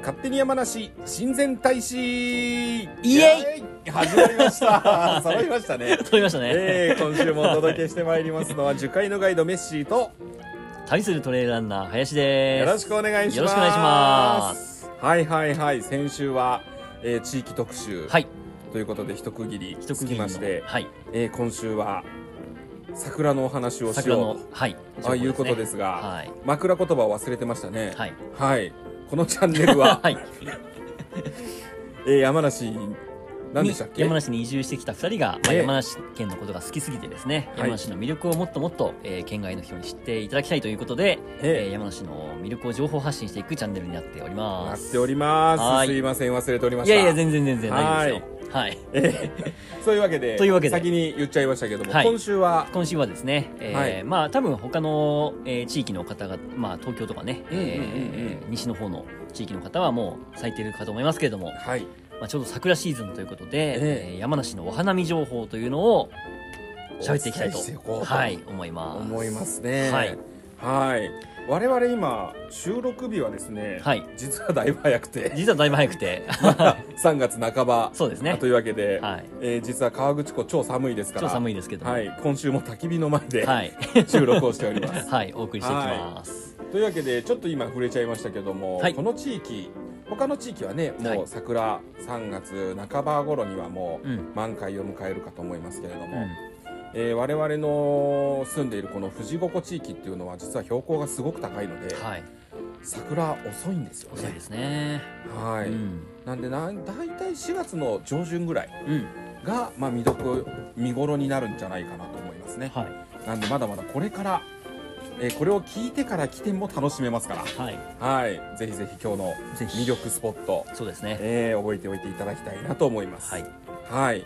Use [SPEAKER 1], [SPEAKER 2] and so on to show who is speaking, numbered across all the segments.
[SPEAKER 1] 勝手に山梨親善大使イ
[SPEAKER 2] イエ
[SPEAKER 1] イ始まりました 揃いました ね
[SPEAKER 2] 撮りましたね、
[SPEAKER 1] えー、今週もお届けしてまいりますのは樹海のガイドメッシーと
[SPEAKER 2] 旅するトレイルランナー林で
[SPEAKER 1] よ
[SPEAKER 2] す
[SPEAKER 1] ろしくお願いします
[SPEAKER 2] よろしくお願いします
[SPEAKER 1] はいはいはい先週は、えー、地域特集
[SPEAKER 2] はい
[SPEAKER 1] ということで一区切り
[SPEAKER 2] 一区
[SPEAKER 1] つ
[SPEAKER 2] 切
[SPEAKER 1] き
[SPEAKER 2] りの
[SPEAKER 1] まして、
[SPEAKER 2] はい
[SPEAKER 1] えー、今週は桜のお話をし
[SPEAKER 2] 桜
[SPEAKER 1] よ
[SPEAKER 2] の
[SPEAKER 1] う
[SPEAKER 2] はい
[SPEAKER 1] とあいうことですすが、
[SPEAKER 2] はい
[SPEAKER 1] 枕言葉を忘れてましたね
[SPEAKER 2] はい、
[SPEAKER 1] はい、このチャンネルは
[SPEAKER 2] はい
[SPEAKER 1] えー、山梨何でしたっ
[SPEAKER 2] に
[SPEAKER 1] け
[SPEAKER 2] 山梨に移住してきた2人が、まあ
[SPEAKER 1] ええ
[SPEAKER 2] 山梨県のことが好きすぎてですね、
[SPEAKER 1] はい
[SPEAKER 2] 山梨の魅力をもっともっと、えー県外の人に知っていただきたいということで、
[SPEAKER 1] ええ
[SPEAKER 2] えー山梨の魅力を情報発信していくチャンネルになっており
[SPEAKER 1] な
[SPEAKER 2] ま
[SPEAKER 1] っ
[SPEAKER 2] す
[SPEAKER 1] ておりま
[SPEAKER 2] は
[SPEAKER 1] す
[SPEAKER 2] い
[SPEAKER 1] すいません忘れておりま
[SPEAKER 2] い
[SPEAKER 1] した
[SPEAKER 2] やいや全然全然大丈夫ですよはい
[SPEAKER 1] えーそういうわけで
[SPEAKER 2] というわけで
[SPEAKER 1] 先に言っちゃいましたけども、
[SPEAKER 2] はい
[SPEAKER 1] 今週は
[SPEAKER 2] 今週はですね、えー
[SPEAKER 1] はい
[SPEAKER 2] まあ多分他の、えー地域の方が、まあ、東京とかね、
[SPEAKER 1] うんうんうんうん
[SPEAKER 2] えー西の方の地域の方はもう咲いてるかと思いますけれども、
[SPEAKER 1] はい
[SPEAKER 2] まあ、ちょうど桜シーズンということで、
[SPEAKER 1] え
[SPEAKER 2] えー山梨のお花見情報というのを喋っていきたいと
[SPEAKER 1] お伝えしていこうと
[SPEAKER 2] はい、思います。
[SPEAKER 1] 思いますね
[SPEAKER 2] はい
[SPEAKER 1] はい我々今収録日はですね、
[SPEAKER 2] はい
[SPEAKER 1] 実はだいぶ早く て
[SPEAKER 2] 実はだいぶ早くて
[SPEAKER 1] 3月半ば
[SPEAKER 2] そうですね
[SPEAKER 1] というわけで、
[SPEAKER 2] はい
[SPEAKER 1] えー実は川口湖超寒いですから
[SPEAKER 2] 超寒い
[SPEAKER 1] で
[SPEAKER 2] ですけども
[SPEAKER 1] は
[SPEAKER 2] はい、
[SPEAKER 1] い、今週も焚き火の前で、
[SPEAKER 2] はい
[SPEAKER 1] 収録をしております
[SPEAKER 2] お送りしていきます。
[SPEAKER 1] というわけでちょっと今触れちゃいましたけども、
[SPEAKER 2] はい
[SPEAKER 1] この地域他の地域はね
[SPEAKER 2] は
[SPEAKER 1] も
[SPEAKER 2] いう
[SPEAKER 1] 桜3月半ば頃にはもう
[SPEAKER 2] うん
[SPEAKER 1] 満開を迎えるかと思いますけれど
[SPEAKER 2] う
[SPEAKER 1] も、
[SPEAKER 2] ん
[SPEAKER 1] えー我々の住んでいるこの富士五湖地域っていうのは実は標高がすごく高いので、
[SPEAKER 2] はい、
[SPEAKER 1] 桜遅いんですよ
[SPEAKER 2] 遅いで
[SPEAKER 1] ね。
[SPEAKER 2] すね。
[SPEAKER 1] はい
[SPEAKER 2] うん、
[SPEAKER 1] なんでなん大体4月の上旬ぐらい
[SPEAKER 2] うん、
[SPEAKER 1] が、まあ、見どこ見頃になるんじゃないかなと思いますね。
[SPEAKER 2] は
[SPEAKER 1] なんでまだまだこれから、えーこれを聞いてから来ても楽しめますから。
[SPEAKER 2] い、はい、
[SPEAKER 1] はい、ぜひぜひ今日の
[SPEAKER 2] ぜひ
[SPEAKER 1] 魅力スポット、
[SPEAKER 2] そうですね。
[SPEAKER 1] えー覚えておいていただきたいなと思います。
[SPEAKER 2] はい、
[SPEAKER 1] はい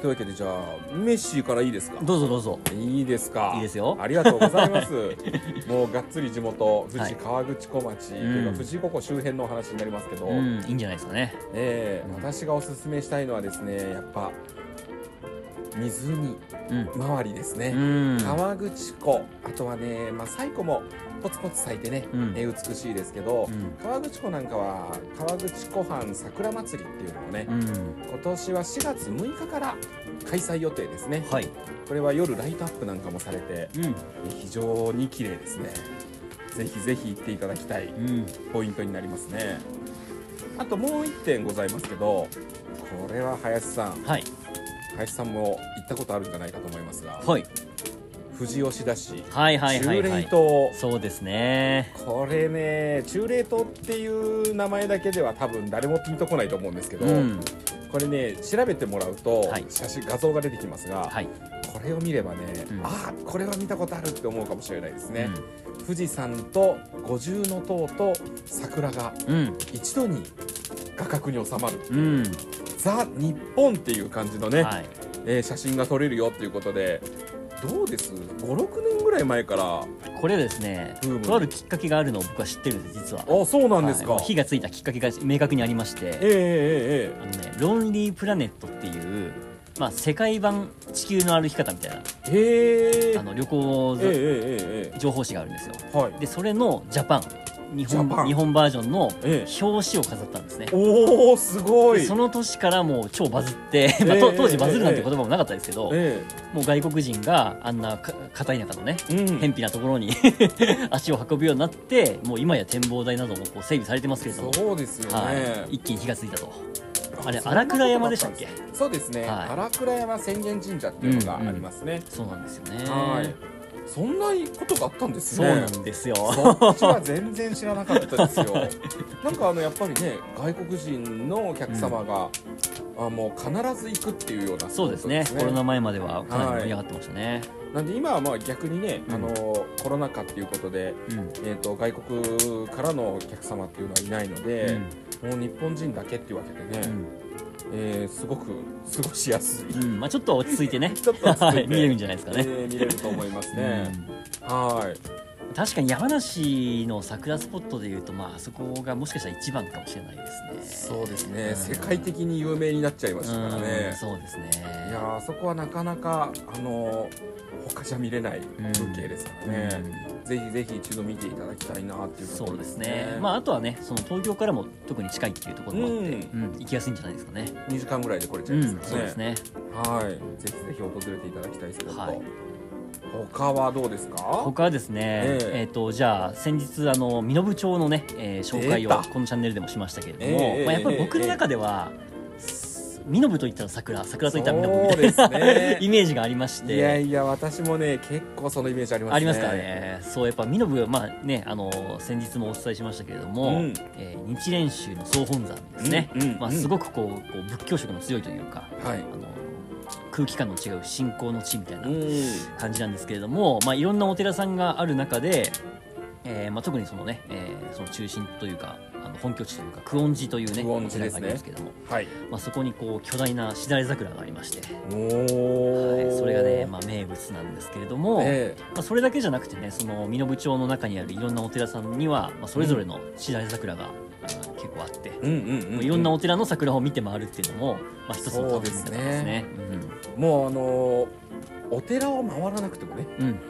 [SPEAKER 1] というわけでじゃあメッシーからいいですか
[SPEAKER 2] どうぞどうぞ。
[SPEAKER 1] いいですか
[SPEAKER 2] いいですよ
[SPEAKER 1] ありがとうございます もうがっつり地元富士河口湖町というか、
[SPEAKER 2] うん
[SPEAKER 1] 富士五湖周辺のお話になりますけど、
[SPEAKER 2] うん、いいんじゃないですかね。
[SPEAKER 1] えー私がおすすめしたいのはですねやっぱ湖
[SPEAKER 2] うん。
[SPEAKER 1] 周りですね、
[SPEAKER 2] うん。
[SPEAKER 1] 川口湖あとはね、まあ、西湖もポツポツ咲いてね、
[SPEAKER 2] うん
[SPEAKER 1] えー美しいですけど、
[SPEAKER 2] うん
[SPEAKER 1] 川口湖なんかは川口湖畔桜祭りっていうのをね、
[SPEAKER 2] うん。
[SPEAKER 1] 今年は4月6日から開催予定ですね、
[SPEAKER 2] はい。
[SPEAKER 1] これは夜ライトアップなんかもされて
[SPEAKER 2] うん。
[SPEAKER 1] 非常に綺麗ですねぜひぜひ行っていただきたい
[SPEAKER 2] うん。
[SPEAKER 1] ポイントになりますねあともう1点ございますけどこれは林さん
[SPEAKER 2] はい。
[SPEAKER 1] 林さんも行ったことあるんじゃないかと思いますが
[SPEAKER 2] はい。
[SPEAKER 1] 富士吉田市
[SPEAKER 2] はいはいはい
[SPEAKER 1] 中
[SPEAKER 2] は
[SPEAKER 1] 霊
[SPEAKER 2] い。
[SPEAKER 1] 島
[SPEAKER 2] そうですね。
[SPEAKER 1] これね中霊島っていう名前だけでは多分誰もピンとこないと思うんですけど、
[SPEAKER 2] うん。
[SPEAKER 1] これね調べてもらうと
[SPEAKER 2] はい
[SPEAKER 1] 写真、画像が出てきますが、
[SPEAKER 2] はい。
[SPEAKER 1] これを見ればね、
[SPEAKER 2] うん
[SPEAKER 1] ああこれは見たことあるって思うかもしれないですね、
[SPEAKER 2] うん
[SPEAKER 1] 富士山と五重の塔と桜が
[SPEAKER 2] うん。
[SPEAKER 1] 一度に画角に収まる
[SPEAKER 2] うん。
[SPEAKER 1] ザ・日本っていう感じのね、
[SPEAKER 2] はい。
[SPEAKER 1] えー写真が撮れるよっていうことでどうです56年ぐらい前から
[SPEAKER 2] これですね
[SPEAKER 1] ブーム、
[SPEAKER 2] とあるきっかけがあるのを僕は知ってるんです、実は。
[SPEAKER 1] あそうなんですか、
[SPEAKER 2] はい火がついたきっかけが明確にありまして、
[SPEAKER 1] え
[SPEAKER 2] あのね、ロンリープラネットっていう、まあ、世界版地球の歩き方みたいな、
[SPEAKER 1] ええええええええ
[SPEAKER 2] あの、旅行
[SPEAKER 1] えええええ
[SPEAKER 2] 情報誌があるんですよ。
[SPEAKER 1] えはい
[SPEAKER 2] で、それのジャパン、日
[SPEAKER 1] ジャパン
[SPEAKER 2] 本、日本バージョンの
[SPEAKER 1] え
[SPEAKER 2] 表紙を飾ったんですね。
[SPEAKER 1] おおすごい
[SPEAKER 2] その年からもう超バズって、 まあ、
[SPEAKER 1] え
[SPEAKER 2] と
[SPEAKER 1] え
[SPEAKER 2] 当時バズるなんて言葉もなかったですけど、
[SPEAKER 1] え
[SPEAKER 2] もう外国人があんなか片田舎のね
[SPEAKER 1] えうん
[SPEAKER 2] 偏僻なところに 足を運ぶようになってもう今や展望台などもこう整備されてますけれども、
[SPEAKER 1] そうですよね、
[SPEAKER 2] はい、一気に火がついたとあれ
[SPEAKER 1] そんな
[SPEAKER 2] 荒倉山でしたっけ
[SPEAKER 1] ことだたんですそうですね、
[SPEAKER 2] はい
[SPEAKER 1] 荒倉山浅間神社っていうのがありますね、
[SPEAKER 2] そうなんですよね
[SPEAKER 1] はいそんなことがあったんです
[SPEAKER 2] そう
[SPEAKER 1] ね
[SPEAKER 2] なんですよ
[SPEAKER 1] そっちは全然知らなかったです よなんかあのやっぱりね外国人のお客様が、あもう必ず行くっていうような
[SPEAKER 2] そうですね
[SPEAKER 1] こと
[SPEAKER 2] コロナ前まではかなり盛り上がってましたね、
[SPEAKER 1] なんで今はまあ逆にね、
[SPEAKER 2] うん
[SPEAKER 1] あのコロナ禍っていうことで、
[SPEAKER 2] うん
[SPEAKER 1] えー、と外国からのお客様っていうのはいないので、もう日本人だけっていうわけでね、
[SPEAKER 2] うん
[SPEAKER 1] えーすごく過ごしやすい、
[SPEAKER 2] うんうんまあ、ちょっと落ち着いてね
[SPEAKER 1] ちょっと落ち着いて
[SPEAKER 2] はい見れるんじゃないですかね、
[SPEAKER 1] えー見れると思いますね、はい
[SPEAKER 2] 確かに山梨の桜スポットでいうと、まあ、あそこがもしかしたら一番かもしれないですね。
[SPEAKER 1] そうですね、
[SPEAKER 2] うん
[SPEAKER 1] 世界的に有名になっちゃいましたから
[SPEAKER 2] うん
[SPEAKER 1] ね、
[SPEAKER 2] そうですね。
[SPEAKER 1] いやーあそこはなかなかあの他じゃ見れない風景ですからね、ぜひぜひ一度見ていただきたいなって
[SPEAKER 2] うん
[SPEAKER 1] いうとこ
[SPEAKER 2] そ
[SPEAKER 1] ろ
[SPEAKER 2] う
[SPEAKER 1] で
[SPEAKER 2] ですす
[SPEAKER 1] ね
[SPEAKER 2] ね。まあ、あとはね、その東京からも特に近いっていうところもあって、
[SPEAKER 1] う
[SPEAKER 2] うん、行きやすいんじゃないですかね。
[SPEAKER 1] 2時間ぐらいで来れち
[SPEAKER 2] う
[SPEAKER 1] ゃい
[SPEAKER 2] ん
[SPEAKER 1] ます、か
[SPEAKER 2] そう
[SPEAKER 1] ら
[SPEAKER 2] で
[SPEAKER 1] ね,、
[SPEAKER 2] すね。
[SPEAKER 1] はいぜひぜひ訪れていただきたいスポット、
[SPEAKER 2] はい
[SPEAKER 1] 他はどうですか
[SPEAKER 2] 他はですね、
[SPEAKER 1] え
[SPEAKER 2] え
[SPEAKER 1] え
[SPEAKER 2] っ、と、じゃあ、先日、あの、身延町のね、えー紹介
[SPEAKER 1] 出
[SPEAKER 2] を
[SPEAKER 1] た
[SPEAKER 2] このチャンネルでもしましたけれども、
[SPEAKER 1] ええ
[SPEAKER 2] まあ、やっぱり
[SPEAKER 1] ええ
[SPEAKER 2] 僕の中では、す身延といったら桜、桜といったら身延
[SPEAKER 1] そう
[SPEAKER 2] みたい
[SPEAKER 1] です
[SPEAKER 2] な イ
[SPEAKER 1] ね
[SPEAKER 2] メージがありまし
[SPEAKER 1] い
[SPEAKER 2] て、
[SPEAKER 1] やいや私もね結構そのイメージありますね
[SPEAKER 2] ありますからね、そうやっぱ身延が、まあね、あの先日もお伝えしましたけれども、
[SPEAKER 1] うん
[SPEAKER 2] えー日蓮宗の総本山ですね、
[SPEAKER 1] うんうん
[SPEAKER 2] まあ、すごくこうこう仏教色の強いというか、
[SPEAKER 1] はい
[SPEAKER 2] あの空気感の違う信仰の地みたいな
[SPEAKER 1] うん
[SPEAKER 2] 感じなんですけれども、まあ、いろんなお寺さんがある中で、えーまあ、特にそのね、えーその中心というかあの本拠地というか久遠寺というね
[SPEAKER 1] 久遠
[SPEAKER 2] お
[SPEAKER 1] 寺ですね
[SPEAKER 2] 寺がありますけれども、
[SPEAKER 1] はい
[SPEAKER 2] まあ、そこにこう巨大なしだれ桜がありまして、
[SPEAKER 1] おー
[SPEAKER 2] はい、それがね、まあ、名物なんですけれども。
[SPEAKER 1] ええ
[SPEAKER 2] まあ、それだけじゃなくてねその身延町の中にあるいろんなお寺さんには、まあ、それぞれの白井桜が、あー結構あって、
[SPEAKER 1] うんうんうん、
[SPEAKER 2] いろんなお寺の桜を見て回るっていうのも、まあ、一つの楽しみ方ですね。
[SPEAKER 1] もうあのーお寺を回らなくてもね
[SPEAKER 2] うんうん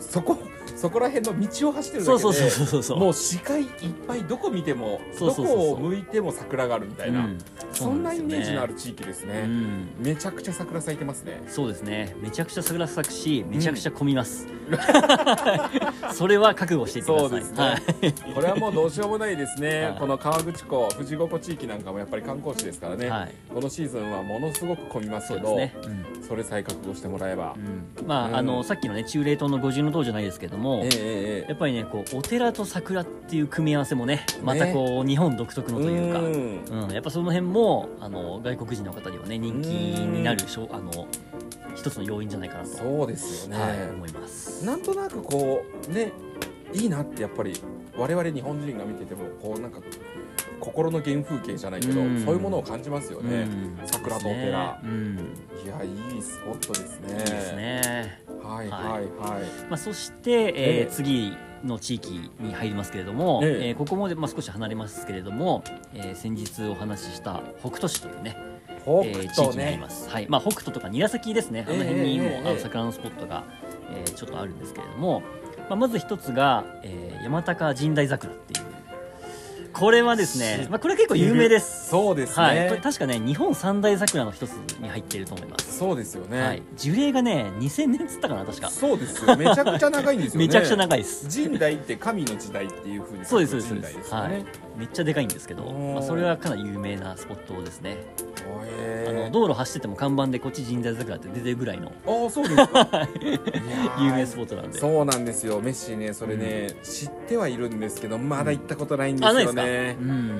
[SPEAKER 1] そこそこら辺の道を走ってるだ
[SPEAKER 2] そ
[SPEAKER 1] け
[SPEAKER 2] う
[SPEAKER 1] で
[SPEAKER 2] そうそうそうそう
[SPEAKER 1] もう視界いっぱいどこ見ても
[SPEAKER 2] そうそうそうそう
[SPEAKER 1] どこを向いても桜があるみたいな、
[SPEAKER 2] うん
[SPEAKER 1] そんなイ
[SPEAKER 2] うですよね
[SPEAKER 1] メージのある地域です
[SPEAKER 2] う
[SPEAKER 1] ね、
[SPEAKER 2] ん
[SPEAKER 1] めちゃくちゃ桜咲いてますね
[SPEAKER 2] そうですねめちゃくちゃ桜咲くしめちゃくちゃ混みます、 それは覚悟していってください
[SPEAKER 1] そうですね
[SPEAKER 2] はい、
[SPEAKER 1] これはもうどうしようもないですね、
[SPEAKER 2] はい
[SPEAKER 1] この川口湖富士五湖地域なんかもやっぱり観光地ですからね、
[SPEAKER 2] はい、
[SPEAKER 1] このシーズンはものすごく混みます
[SPEAKER 2] そ
[SPEAKER 1] け
[SPEAKER 2] うです
[SPEAKER 1] どそ,、
[SPEAKER 2] ね、
[SPEAKER 1] れさえ覚悟してもらえば、
[SPEAKER 2] うんうんまあ、あのさっきのね中霊島の五重の塔じゃないですけども、
[SPEAKER 1] ええええ
[SPEAKER 2] やっぱりねこうお寺と桜っていう組み合わせもねまたこう、日本独特のというか、うん
[SPEAKER 1] ん
[SPEAKER 2] やっぱその辺もあの外国人の方にはね人気になるしょあの一つの要因じゃないかなと、
[SPEAKER 1] そうですよね、
[SPEAKER 2] はい、思います。
[SPEAKER 1] なんとなくこうねいいなってやっぱり我々日本人が見ててもこうなんか心の原風景じゃないけどそううんいうものを感じますよね、
[SPEAKER 2] うん
[SPEAKER 1] 桜とお寺
[SPEAKER 2] うん
[SPEAKER 1] いやいいスポットですね
[SPEAKER 2] いいですね、
[SPEAKER 1] はいはいはい、
[SPEAKER 2] まあ、そして、えー
[SPEAKER 1] ええ
[SPEAKER 2] 次の地域に入りますけれども、
[SPEAKER 1] ええ
[SPEAKER 2] えーここもで、まあ、少し離れますけれども、えー先日お話しした北斗市というねえー
[SPEAKER 1] 北
[SPEAKER 2] 地
[SPEAKER 1] 斗
[SPEAKER 2] 域になり
[SPEAKER 1] ね、
[SPEAKER 2] ます、はいまあ、北斗とか韮崎ですねあの辺にも、
[SPEAKER 1] ええええ
[SPEAKER 2] あ
[SPEAKER 1] え
[SPEAKER 2] の
[SPEAKER 1] え
[SPEAKER 2] 桜のスポットが、えーちょっとあるんですけれども、まあ、まず一つが、えー山高神代桜っていうこれはです
[SPEAKER 1] 知って
[SPEAKER 2] ね
[SPEAKER 1] る、
[SPEAKER 2] まあ、これ結構有名です
[SPEAKER 1] そうですね、
[SPEAKER 2] はい、これ確かね日本三大桜の一つに入ってると思います、
[SPEAKER 1] そうですよね、
[SPEAKER 2] はい、樹齢がね2000年っつったかな確か、
[SPEAKER 1] そうですよめちゃくちゃ長いんですよね
[SPEAKER 2] めちゃくちゃ
[SPEAKER 1] い
[SPEAKER 2] 長いです
[SPEAKER 1] 神代って神の時代っていうふうに
[SPEAKER 2] そう
[SPEAKER 1] 書
[SPEAKER 2] ですそう
[SPEAKER 1] く
[SPEAKER 2] ですそ
[SPEAKER 1] 神代
[SPEAKER 2] うです
[SPEAKER 1] ですよ
[SPEAKER 2] は
[SPEAKER 1] ね
[SPEAKER 2] い、めっちゃでかいんですけど、
[SPEAKER 1] おー
[SPEAKER 2] まあ、それはかなり有名なスポットですね、
[SPEAKER 1] おへー
[SPEAKER 2] あの道路走ってても看板でこっち神代桜って出てるぐらいの
[SPEAKER 1] ああそうです か
[SPEAKER 2] 有名ス
[SPEAKER 1] ッ
[SPEAKER 2] ポットなんで
[SPEAKER 1] そうなんですよメッシねそれね、知ってはいるんですけどまだ行ったことないんで
[SPEAKER 2] あ、
[SPEAKER 1] す
[SPEAKER 2] ない
[SPEAKER 1] よ
[SPEAKER 2] ですか。う
[SPEAKER 1] ね
[SPEAKER 2] ん。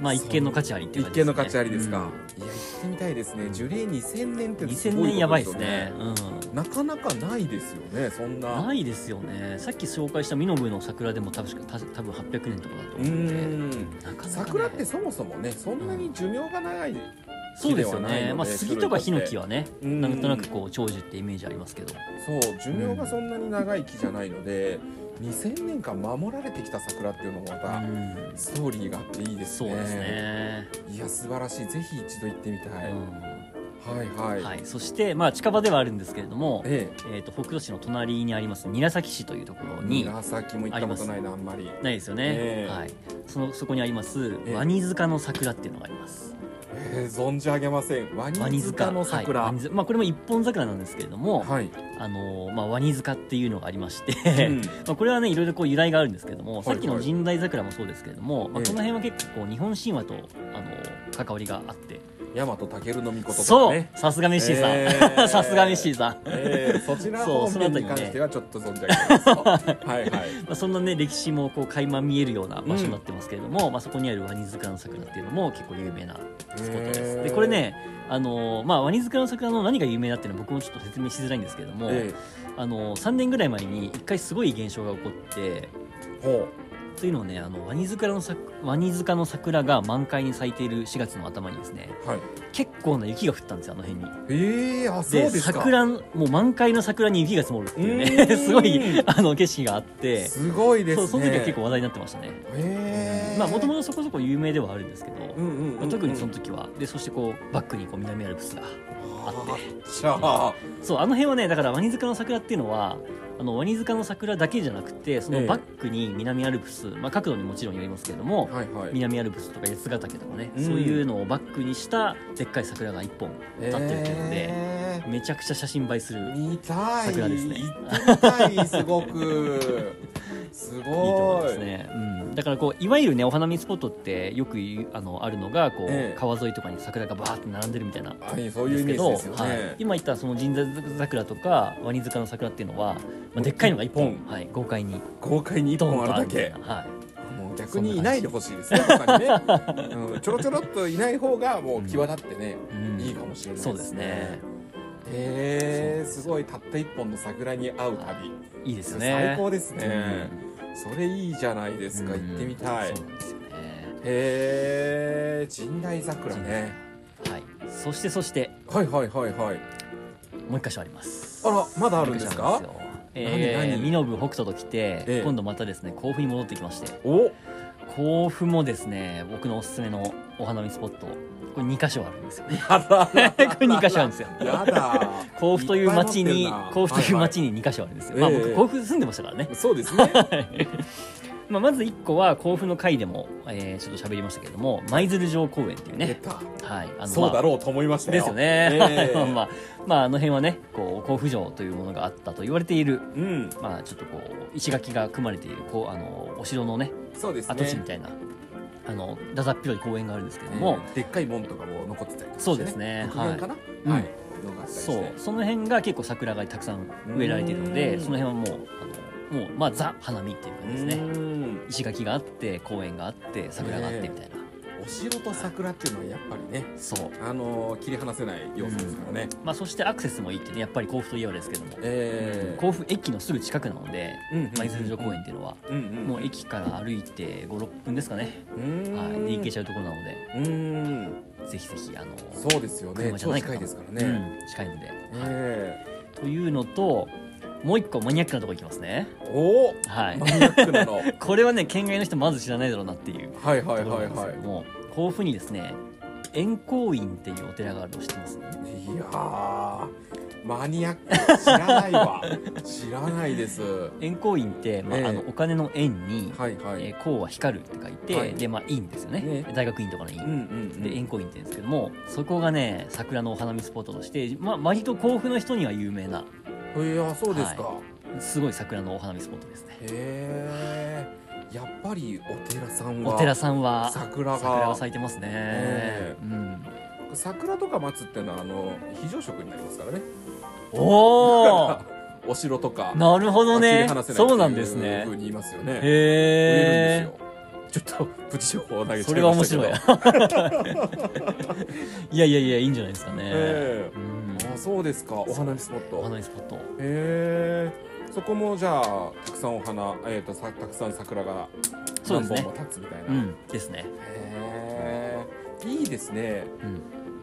[SPEAKER 2] まあ一見の価値ありっていう
[SPEAKER 1] 一
[SPEAKER 2] 感じ
[SPEAKER 1] 見
[SPEAKER 2] ですね。
[SPEAKER 1] の価値ありですか、
[SPEAKER 2] うん
[SPEAKER 1] いや行ってみたいですね樹齢2000年ってすご
[SPEAKER 2] 2000
[SPEAKER 1] いことですよね
[SPEAKER 2] 年やばいですね。うん。
[SPEAKER 1] なかなかないですよねそんな
[SPEAKER 2] ないですよね。さっき紹介したミノブの桜でも確かた多分800年とかだと
[SPEAKER 1] う
[SPEAKER 2] 思うんで。
[SPEAKER 1] ん
[SPEAKER 2] なかなかね
[SPEAKER 1] 桜ってそもそもねそんなに寿命が長い、
[SPEAKER 2] そうですよ
[SPEAKER 1] 木ではないの
[SPEAKER 2] ね。
[SPEAKER 1] で
[SPEAKER 2] まあ杉とかヒノキはね、
[SPEAKER 1] うん
[SPEAKER 2] なんとなくこう長寿ってイメージありますけど。
[SPEAKER 1] そう寿命がそんなに長い木じゃないので、2000年間守られてきた桜っていうのもま
[SPEAKER 2] う
[SPEAKER 1] た
[SPEAKER 2] ん
[SPEAKER 1] ストーリーがあっていいです
[SPEAKER 2] そう
[SPEAKER 1] ね
[SPEAKER 2] ですね。
[SPEAKER 1] いや素晴らしいぜひ一度行ってみたい、
[SPEAKER 2] う
[SPEAKER 1] はいはい、
[SPEAKER 2] んはい。そしてまあ近場ではあるんですけれども、
[SPEAKER 1] え
[SPEAKER 2] えっと北斗市の隣にあります韮崎市というところ
[SPEAKER 1] え
[SPEAKER 2] に。
[SPEAKER 1] 紫も行ったことないなあんまり
[SPEAKER 2] ないですよね、
[SPEAKER 1] ええ
[SPEAKER 2] はい、そのそこにあります、
[SPEAKER 1] ええ
[SPEAKER 2] ワニ塚の桜っていうのがあります
[SPEAKER 1] えー存じ上げませんワ
[SPEAKER 2] ワニ
[SPEAKER 1] ニ
[SPEAKER 2] 塚
[SPEAKER 1] 塚の桜
[SPEAKER 2] はいワニ塚まあ、これも一本桜なんですけれども、
[SPEAKER 1] はい、
[SPEAKER 2] あのーまあ、ワニ塚っていうのがありまして、
[SPEAKER 1] うん
[SPEAKER 2] まあ、これはねいろいろこう由来があるんですけれども、
[SPEAKER 1] い
[SPEAKER 2] さっきの神代桜もそうですけれども、まあ、
[SPEAKER 1] ええ
[SPEAKER 2] この辺は結構こう日本神話と、あのー関わりがあって、
[SPEAKER 1] 大和武の御事と
[SPEAKER 2] そ
[SPEAKER 1] か
[SPEAKER 2] う
[SPEAKER 1] ね
[SPEAKER 2] さすがメッシーさん、
[SPEAKER 1] えー
[SPEAKER 2] さすがメッシーさん、
[SPEAKER 1] えーそちら
[SPEAKER 2] そう
[SPEAKER 1] 方
[SPEAKER 2] その
[SPEAKER 1] 面に
[SPEAKER 2] 辺りね
[SPEAKER 1] 関してはちょっと存じ上げますとはいはい
[SPEAKER 2] まあ、そんなね歴史もこう垣間見えるような場所になってますけれども、まあ、そこにあるワニ塚の桜っていうのも結構有名なスポットです。でこれねあのーまあ、ワニ塚の桜の何が有名だっていうのは僕もちょっと説明しづらいんですけれども、
[SPEAKER 1] え
[SPEAKER 2] あのー3年ぐらい前に1回すごい現象が起こって
[SPEAKER 1] えほ
[SPEAKER 2] というのをねあのワニ塚のさワニ塚の桜が満開に咲いている4月の頭にですね
[SPEAKER 1] はい。
[SPEAKER 2] 結構な雪が降ったんですよあの辺に。
[SPEAKER 1] ええあ、そうで
[SPEAKER 2] で
[SPEAKER 1] すか。
[SPEAKER 2] 桜もう満開の桜に雪が積もるっていう
[SPEAKER 1] うーん
[SPEAKER 2] ね すごいあの景色があって
[SPEAKER 1] すごいです
[SPEAKER 2] そう
[SPEAKER 1] ね。
[SPEAKER 2] その時は結構話題になってましたね。
[SPEAKER 1] へえ。
[SPEAKER 2] まあもともとそこそこ有名ではあるんですけど、
[SPEAKER 1] うんうんうんうん、
[SPEAKER 2] まあ特にその時はでそしてこうバックにこう南アルプスがあって
[SPEAKER 1] じゃあ、
[SPEAKER 2] そうあの辺はねだからワニ塚の桜っていうのはあのワニ塚の桜だけじゃなくてそのバックに南アルプス、まあ、角度にもちろんよりますけれども、
[SPEAKER 1] はいはい。
[SPEAKER 2] 南アルプスとか八ヶ岳とかね、
[SPEAKER 1] うん
[SPEAKER 2] そういうのをバックにしたでっかい桜が一本立ってるというので、
[SPEAKER 1] え
[SPEAKER 2] めちゃくちゃ写真映えする
[SPEAKER 1] ー見たい。
[SPEAKER 2] 桜ですね
[SPEAKER 1] 行ってみたい、すご く。すごい。いい
[SPEAKER 2] いいと思います。ね、うん、だからこういわゆるねお花見スポットってよく言うあのあるのがこう、
[SPEAKER 1] ええ
[SPEAKER 2] 川沿いとかに桜がバーって並んでるみたいな
[SPEAKER 1] はい、そうい
[SPEAKER 2] で
[SPEAKER 1] うイ
[SPEAKER 2] すけ
[SPEAKER 1] メー
[SPEAKER 2] ど、
[SPEAKER 1] ジですよね。
[SPEAKER 2] はい、今言ったその神社桜とかワニ塚の桜っていうのは、まあ、でっかいのが1本、はい、豪快に
[SPEAKER 1] 豪快に一
[SPEAKER 2] ドン
[SPEAKER 1] 本
[SPEAKER 2] と
[SPEAKER 1] あるだけ
[SPEAKER 2] み。たいなはい、
[SPEAKER 1] もう逆にいないでほしいですね。やっぱりね、 うん、ちょろちょろっといない方がもう際立ってね、
[SPEAKER 2] うん
[SPEAKER 1] いいかもしれないですね。
[SPEAKER 2] そうですね。
[SPEAKER 1] へえ、すごいたった一本の桜に会う旅。
[SPEAKER 2] いいですよね
[SPEAKER 1] 最高ですね、
[SPEAKER 2] うん
[SPEAKER 1] それいいじゃないですか、
[SPEAKER 2] うん
[SPEAKER 1] 行ってみたいへ
[SPEAKER 2] そうなんですよね
[SPEAKER 1] え陣内桜ね
[SPEAKER 2] はいそしてそして
[SPEAKER 1] はいはいはいはい
[SPEAKER 2] もう一箇所あります
[SPEAKER 1] あらまだあるんですか
[SPEAKER 2] もう一箇所あるんですよえ
[SPEAKER 1] 何
[SPEAKER 2] ー、
[SPEAKER 1] 何
[SPEAKER 2] 身延北斗と来て、
[SPEAKER 1] ええ
[SPEAKER 2] 今度またですね甲府に戻ってきまして
[SPEAKER 1] お
[SPEAKER 2] 甲府もですね僕のおすすめのお花見スポットこれ2箇所あるんです よね
[SPEAKER 1] あらら
[SPEAKER 2] これ2箇所あるんですよ
[SPEAKER 1] やだ
[SPEAKER 2] 甲府という町に
[SPEAKER 1] っぱい持ってんな
[SPEAKER 2] 甲府という町
[SPEAKER 1] は
[SPEAKER 2] に2箇所あるんですよ、
[SPEAKER 1] ええ
[SPEAKER 2] まあ僕甲府住んでましたからね
[SPEAKER 1] い、はいそうですね
[SPEAKER 2] まあ、まず1個は甲府の会でも、えーちょっと喋りましたけれども舞鶴城公園っていう
[SPEAKER 1] 出
[SPEAKER 2] ね、
[SPEAKER 1] た
[SPEAKER 2] はい、あの
[SPEAKER 1] そうだろうと思いまし
[SPEAKER 2] ま
[SPEAKER 1] た
[SPEAKER 2] あ
[SPEAKER 1] よ
[SPEAKER 2] ですよね、
[SPEAKER 1] ええ
[SPEAKER 2] まあまあ、まあ、あの辺はねこう甲府城というものがあったと言われている
[SPEAKER 1] うん
[SPEAKER 2] まあちょっとこう石垣が組まれているこうあのお城のね
[SPEAKER 1] そうですね
[SPEAKER 2] 跡地みたいな、あのだだっ広い公園があるんですけれども、
[SPEAKER 1] もうでっかい門とかも残ってたりとかして
[SPEAKER 2] そうですね
[SPEAKER 1] 復元かな
[SPEAKER 2] うん
[SPEAKER 1] はい、のがあったりして
[SPEAKER 2] そうその辺が結構桜がたくさん植えられているの
[SPEAKER 1] う
[SPEAKER 2] で
[SPEAKER 1] ん
[SPEAKER 2] その辺はもうあのもうまあザ花見っていう感じですね
[SPEAKER 1] うん
[SPEAKER 2] 石垣があって公園があって桜があってみたいな、
[SPEAKER 1] お城と桜っていうのはやっぱりね
[SPEAKER 2] そう
[SPEAKER 1] あのー切り離せない要素ですからね、
[SPEAKER 2] まあそしてアクセスもいいってねやっぱり甲府といえばですけども、
[SPEAKER 1] えー
[SPEAKER 2] 甲府駅のすぐ近くなので
[SPEAKER 1] うんうん
[SPEAKER 2] 舞鶴城公園っていうのは
[SPEAKER 1] うんうん
[SPEAKER 2] もう駅から歩いて56分ですかね、
[SPEAKER 1] うーん
[SPEAKER 2] はい、で行けちゃうところなので
[SPEAKER 1] うーん
[SPEAKER 2] ぜひぜひあの
[SPEAKER 1] そうですよね
[SPEAKER 2] 車じゃ
[SPEAKER 1] 超
[SPEAKER 2] ないか
[SPEAKER 1] 近
[SPEAKER 2] ら
[SPEAKER 1] いですからね、
[SPEAKER 2] うん、近いので、
[SPEAKER 1] え
[SPEAKER 2] というのともう一個マニアックなとこ行きますね
[SPEAKER 1] ーおお
[SPEAKER 2] はい
[SPEAKER 1] マニアックな のはい
[SPEAKER 2] これはね県外の人まず知らないだろうなっていう
[SPEAKER 1] はい
[SPEAKER 2] と
[SPEAKER 1] は
[SPEAKER 2] こ
[SPEAKER 1] い
[SPEAKER 2] ろなんです
[SPEAKER 1] は
[SPEAKER 2] けども、甲府にですね円光院っていうお寺があるの知ってます
[SPEAKER 1] いいやーマニアック知らない わ知らないですは
[SPEAKER 2] 円光院って、まあ
[SPEAKER 1] ええ
[SPEAKER 2] あのお金の円に
[SPEAKER 1] いはい、
[SPEAKER 2] えー光、は光るって書いて、
[SPEAKER 1] はい
[SPEAKER 2] でまあ院ですよね
[SPEAKER 1] ね
[SPEAKER 2] 大学院とかの院、
[SPEAKER 1] うんうん
[SPEAKER 2] で円光院って言うんですけどもそこがね桜のお花見スポットとして、まあ、割と甲府の人には有名な
[SPEAKER 1] うんいやそうですか、
[SPEAKER 2] すごい桜のお花見スポットですね
[SPEAKER 1] へえやっぱりお寺さんは
[SPEAKER 2] お寺さんは
[SPEAKER 1] 桜が
[SPEAKER 2] 桜が咲いてますね、
[SPEAKER 1] え
[SPEAKER 2] うん、
[SPEAKER 1] 桜とか松っていうのはあの非常食になりますからね
[SPEAKER 2] お お
[SPEAKER 1] お城とか
[SPEAKER 2] なるほど
[SPEAKER 1] 切
[SPEAKER 2] ね
[SPEAKER 1] り離せない
[SPEAKER 2] そうなんです
[SPEAKER 1] っていう
[SPEAKER 2] ね
[SPEAKER 1] ふうに言いますよね
[SPEAKER 2] へえ
[SPEAKER 1] えちょっとプチ情報を投げち
[SPEAKER 2] そ
[SPEAKER 1] ゃ
[SPEAKER 2] れ
[SPEAKER 1] い
[SPEAKER 2] は
[SPEAKER 1] ま
[SPEAKER 2] 面
[SPEAKER 1] したけど
[SPEAKER 2] 白いいやいやいやいいんじゃないですかね、
[SPEAKER 1] え
[SPEAKER 2] う
[SPEAKER 1] え
[SPEAKER 2] ん
[SPEAKER 1] あそうですかお花見スポット
[SPEAKER 2] お花見スポット
[SPEAKER 1] へえそこもじゃあたくさんお花えっ、とさたくさん桜が
[SPEAKER 2] そう
[SPEAKER 1] 何
[SPEAKER 2] です
[SPEAKER 1] 本
[SPEAKER 2] ね
[SPEAKER 1] も立つみたいな、
[SPEAKER 2] う
[SPEAKER 1] へ
[SPEAKER 2] んですね、
[SPEAKER 1] えいいですね
[SPEAKER 2] うん、